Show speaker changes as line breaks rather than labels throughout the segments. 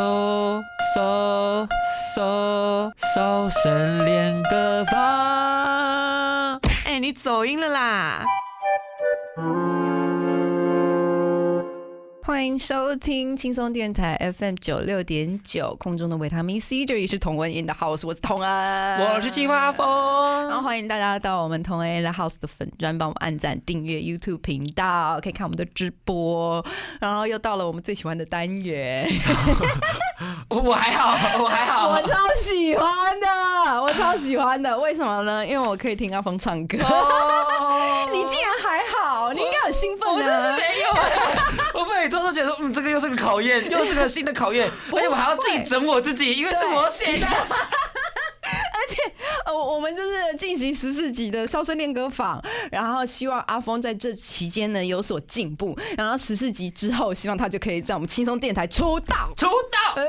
搜搜搜搜神练歌房。
哎、你走音了啦！
欢迎收听轻松电台 FM 九六点九空中的维他命 C，这里是同文 in the house，我是同恩，
我是青蛙
然
风
后，欢迎大家到我们同 A 的 House 的粉专，帮我们按赞、订阅 YouTube 频道，可以看我们的直播。然后又到了我们最喜欢的单元，
我还好，我还好
我。超喜欢的，我超喜欢的。为什么呢？因为我可以听阿峰唱歌。哎
哦
你竟然还好，你应该很兴奋
我真的是
啊！
没有啊！我每周都觉得，嗯，这个又是个考验，又是个新的考验，而且我还要自己整我自己，因为是我写的。
呃，我我们就是进行十四集的笑声练歌坊，然后希望阿峰在这期间呢有所进步，然后十四集之后，希望他就可以在我们轻松电台出道。
出道，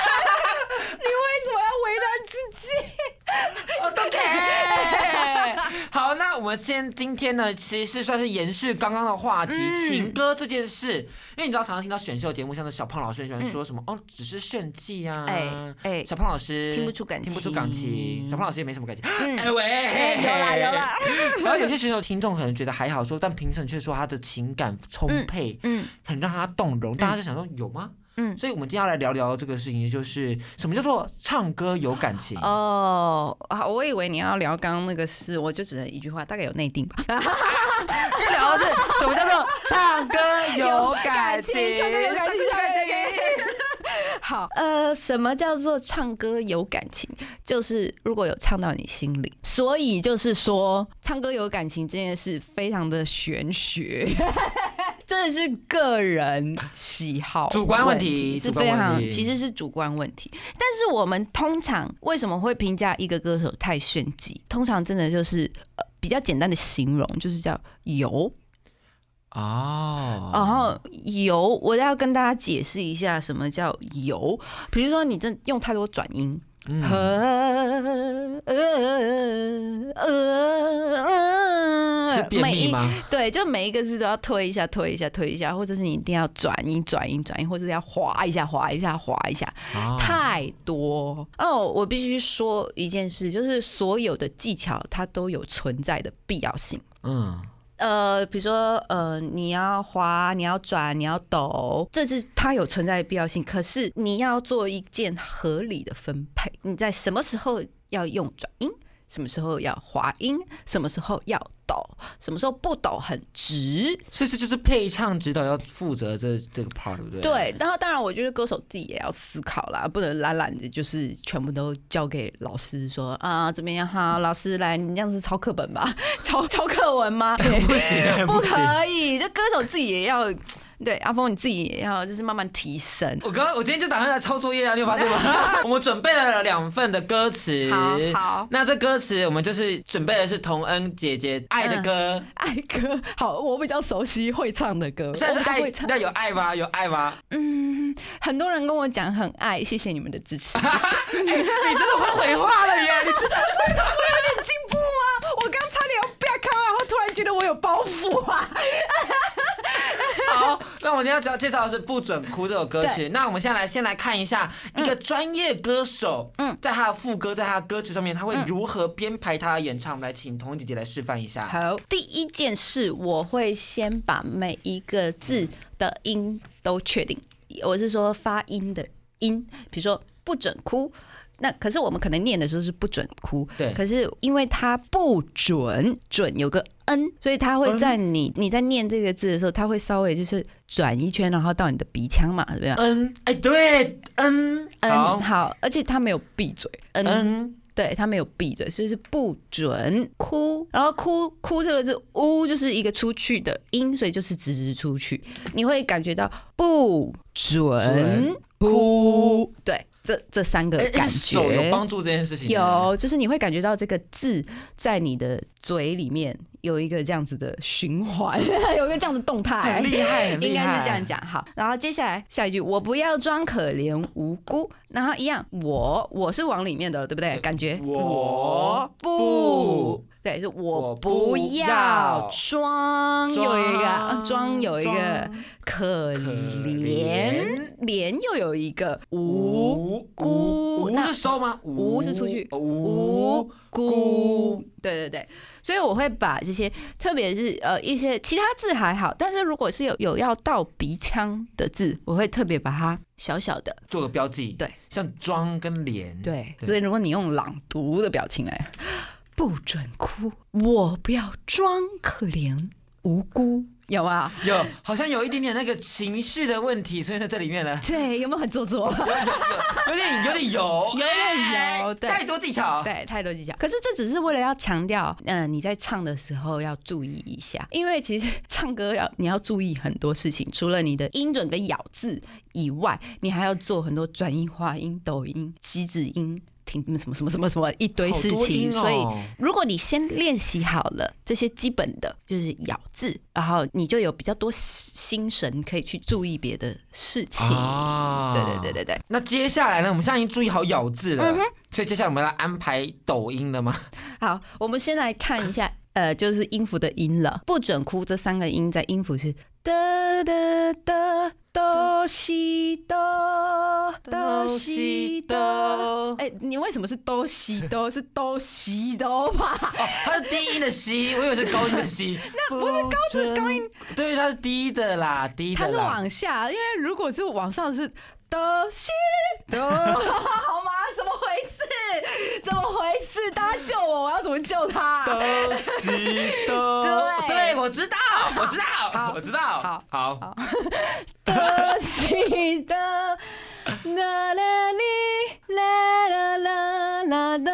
你为什么要为难自己？
我哦都可以。好，那我们先今天呢，其实是算是延续刚刚的话题，
嗯
情歌这件事，因为你知道，常常听到选秀节目，像是小胖老师喜欢说什么、哦，只是炫技啊，
哎哎
小胖老师
听不出感情
听不出感情，小胖老师也没什么感情， 哎
哎
喂，
有啦有啦。
然后有些选手听众可能觉得还好说，但评审却说他的情感充沛，
嗯嗯
很让他动容，大家就想说有吗？
嗯
所以我们今天要来聊聊这个事情，就是什么叫做唱歌有感情？
哦，啊，我以为你要聊刚刚那个事，我就只能一句话，大概有内定吧。
要聊的是什么叫做唱歌有感情？
有感情唱歌有感情
有感情。
好，呃，什么叫做唱歌有感情？就是如果有唱到你心里，所以就是说，唱歌有感情这件事非常的玄学。 真的是个人喜好题、
主观问题
是
主观
非
问
常
题
其实是主观问题。但是我们通常为什么会评价一个歌手太炫技？通常真的就是、呃、比较简单的形容，就是叫油。
哦
然后油，我要跟大家解释一下什么叫油。比如说，你真用太多转音，
嗯
呃呃呃
是便
每
秘
一
吗？
对，就每一个字都要推一下，推一下，推一下，或者是你一定要转音，转音，转音，或者是要划一下，划一下，划一下，
哦
太多哦。我必须说一件事，就是所有的技巧它都有存在的必要性。
嗯，
呃，比如说，呃，你要滑，你要转，你要抖，这是它有存在的必要性。可是你要做一件合理的分配，你在什么时候要用转音，什么时候要滑音，什么时候要抖，什么时候不抖很直。
所以这就是配唱指导要负责这这个 part，对不对？
对，然后当然，我觉得歌手自己也要思考啦，不能懒懒的，就是全部都交给老师说啊，怎么样哈，老师来，你这样子抄课本吧， 抄抄课文吗？
不行，啊
不
不行。
可以，这歌手自己也要，对阿峰你自己也要，就是慢慢提升。
我刚刚我今天就打算来抄作业啊，你有发现吗？我们准备了两份的歌词，
好好
那这歌词我们就是准备的是童恩姐姐爱的歌，
爱歌好，我比较熟悉会唱的歌，
现在
我比
是
较
爱
会，唱。
那有爱吗？有爱吗？
嗯，很多人跟我讲很爱，谢谢你们的 支持，有
你真的会回话了耶！你真的
进步吗？我刚差点要不要看，然后突然觉得我有包袱啊。
好，那我们今天要介绍的是《不准哭》这首歌曲。那我们现在来先来看一下一
嗯
个专业歌手，嗯，在他的副歌、在他的歌词上面，他会如何编排他的演唱。我们来请童姐姐来示范一下。
好，第一件事我会先把每一个字的音都确定，我是说发音的音，比如说不准哭。那可是我们可能念的时候是不准哭，
对
可是因为它不准，准有个 n，所以它会在你你在念这个字的时候，它会稍微就是转一圈，然后到你的鼻腔嘛，对不对？
嗯，哎，对，嗯，
嗯，
好，
好，而且它没有闭嘴，嗯，
嗯，
对，他没有闭嘴，所以是不准哭。然后哭哭这个字“呜”就是一个出去的音，所以就是直直出去。你会感觉到不准
准
哭，对，这这三个
哎，
感
手有
觉。
帮助这件事情。
有，就是你会感觉到这个字在你的嘴里面有一个这样子的循环， 有一个这样的动态
很，厉害，很
哎应
厉害，
该是这样。讲。好，然后接下来下一句，我不要装可怜无辜。然后一样，我我是往里面的了，对不对？感觉
我
不
不
对，是我
我
不
不
要
要
装有一个啊
装
装有一个
装
可
可
怜
怜，
怜又有一个无
无
辜
无是收吗？
无是出去
哦
无
无
辜，对对对，所以我会把这些，特别是呃一些其他字还好，但是如果是有有要到鼻腔的字，我会特别把它小小的
做个标记，
对，
像装跟连，
嗯对，
对
所以如果你用朗读的表情来，不准哭，我不要装可怜无辜，有啊？
有好像有一点点那个情绪的问题出现在这里面了，
对，有没有很做作？
有点有点有，有
点油对
太多技巧，
对，太多技啊巧。可是这只是为了要强调，嗯、你在唱的时候要注意一下，因为其实唱歌要你要注意很多事情，除了你的音准跟咬字以外，你还要做很多转音、化音、抖音、机子音。听什么什么什么什么一堆事
好多
情，
音哦
所以如果你先练习好了这些基本的，就是咬字，然后你就有比较多心神可以去注意别的事情。
啊
对对对嗯对对，
那接下来呢？我们现在已经注意好咬字了，所以接下来我们要安排抖音了吗？
好，我们先来看一下，呃，就是音符的音了，不准哭这三个音在音符是的的的哆西哆哆西哆。哎、你为什么是哆西 哆？是哆西哆吧？
哦它是低音的西，我以为是高音的 西，那不是高是高音，对，它是低的啦，低
它
的
是
啦，
往下，因为如果是往上是哆西哆， 好吗？怎么回事？怎么回事？大家救我！我要怎么救他？
哆西哆，
对
对，我知道，我知道，我知道
好，
好，
可惜的，啦啦哩啦啦啦啦啦哒。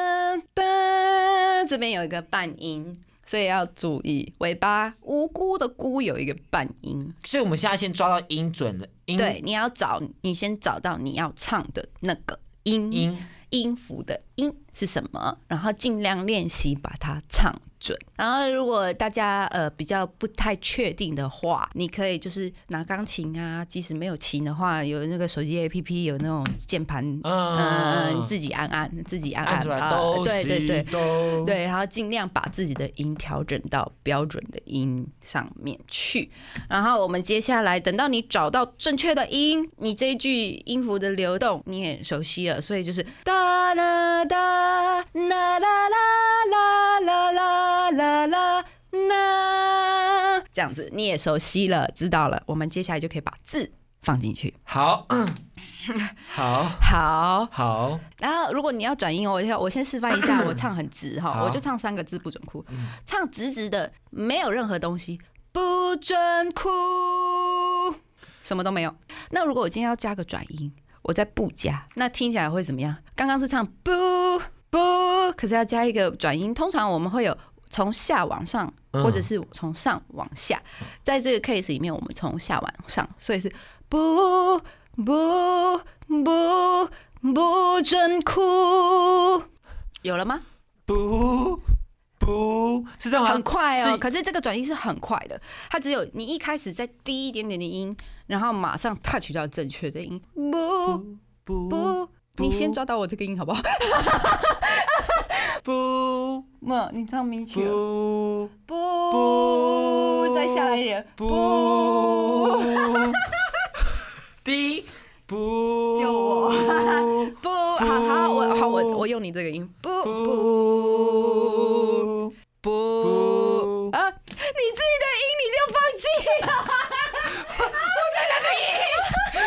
这边有一个半音，所以要注意尾巴无辜的辜有一个半音。
所以我们现在先抓到音准了，音
对，你要找，你先找到你要唱的那个音
音
音符的音是什么，然后尽量练习把它唱准。然后如果大家呃比较不太确定的话，你可以就是拿钢琴啊，即使没有琴的话，有那个手机 APP 有那种键盘，嗯、呃，你
嗯，
自己按按，自己按
按
按
出来，
啊、
哆
对对
西
对。
哆，
对，然后尽量把自己的音调整到标准的音上面去。然后我们接下来等到你找到正确的音，你这一句音符的流动你也熟悉了，所以就是哒啦哒啦啦啦啦啦啦啦啦。啦，这样子你也熟悉了，知道了。我们接下来就可以把字放进去。
好，好，
好，
好，
然后如果你要转音哦，我先我先示范一下，我唱很直哈，
好
我就唱三个字不准哭，唱直直的，没有任何东西，不准哭，什么都没有。那如果我今天要加个转音，我再不加，那听起来会怎么样？刚刚是唱不不，可是要加一个转音，通常我们会有。从下往上，
嗯
或者是从上往下，在这个 case 里面，我们从下往上，所以是不不不不准哭，有了吗？
不不，是这样
很
吗？
快哦，
啊是
可是这个转音是很快的，它只有你一开始再低一点点的音，然后马上 touch 到正确的音，不
不
不，
不
你先抓到我这个音好不好？
不
不，你唱咪曲了，
不
不，再下来一点，
不，低不
救我不，好好，我好我我用你这个音，不不
不不
不啊，你自己的音你就放弃 了。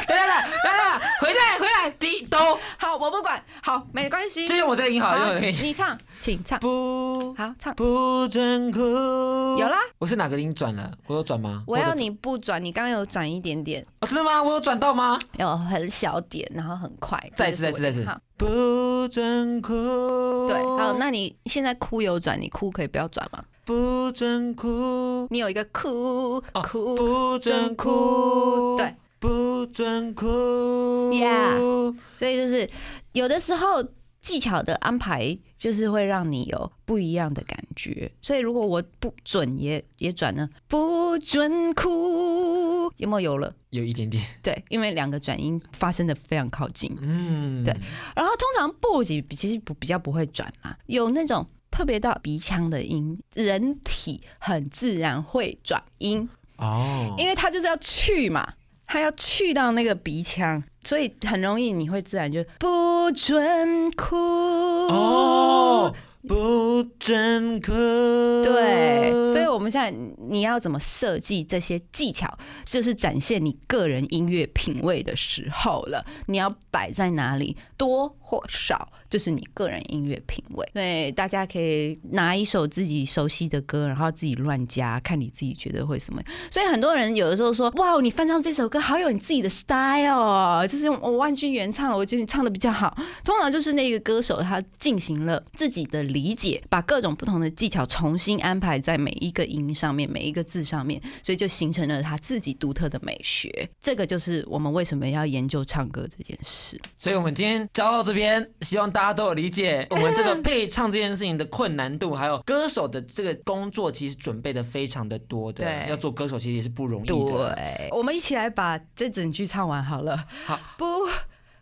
等等等等等，回来回来，低都
好，我不管，好，没关系。
就用我这个音好，用
好
我这个音
你唱，请唱，
不
好唱。
不准哭。
有啦，
我是哪个音转了？我有转吗？
我要
有转
你不转，你刚刚有转一点点，
哦，真的吗？我有转到吗？
有很小点，然后很快。
再一次
这就是我的
再一次再一次哦
好
不准哭。
对，好，那你现在哭有转，你哭可以不要转吗？
不准哭。
你有一个哭
哦
哭，
不准哭，
对，
不准哭
Yeah 所以就是有的时候技巧的安排就是会让你有不一样的感觉。所以如果我不准也也转呢，不准哭，有没有有了？
有一点点，
对，因为两个转音发生的非常靠近。
嗯，
对，然后通常不及其实不比较不会转啦，有那种。特别到鼻腔的音，人体很自然会转音，
哦，
因为它就是要去嘛，它要去到那个鼻腔，所以很容易你会自然就不准哭。
哦，不准哭。
对，所以我们现在你要怎么设计这些技巧，就是展现你个人音乐品味的时候了。你要摆在哪里，多或少，就是你个人音乐品味。对，大家可以拿一首自己熟悉的歌，然后自己乱加，看你自己觉得会什么。所以很多人有的时候说：“哇，你翻唱这首歌好有你自己的 style 哦，就是用我万军原唱，我觉得你唱的比较好。”通常就是那个歌手他进行了自己的理解，把各种不同的技巧重新安排在每一个音上面、每一个字上面，所以就形成了他自己独特的美学。这个就是我们为什么要研究唱歌这件事。
所以我们今天教到这边，希望大家都有理解我们这个配唱这件事情的困难度，还有歌手的这个工作其实准备的非常的多的，
对
要做歌手其实也是不容易的。
对，我们一起来把这整句唱完好了。
好，
不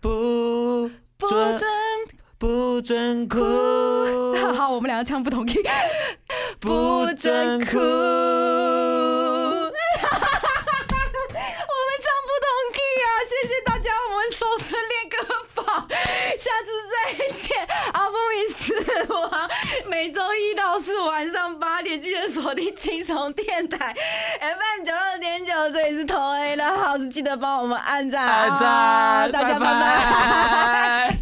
不
不
准
准
不准哭，
好好，我们两个唱不同 key。
不准哭。
我们唱不同 key 啊！谢谢大家，我们首次练歌坊，下次再见。阿布米斯王，每周一到四晚上八点，记得锁定轻松电台 FM 九六点九，这里是同 A 的 house，记得帮我们按赞啊，
按赞，
哦大家拜
拜
拜。
拜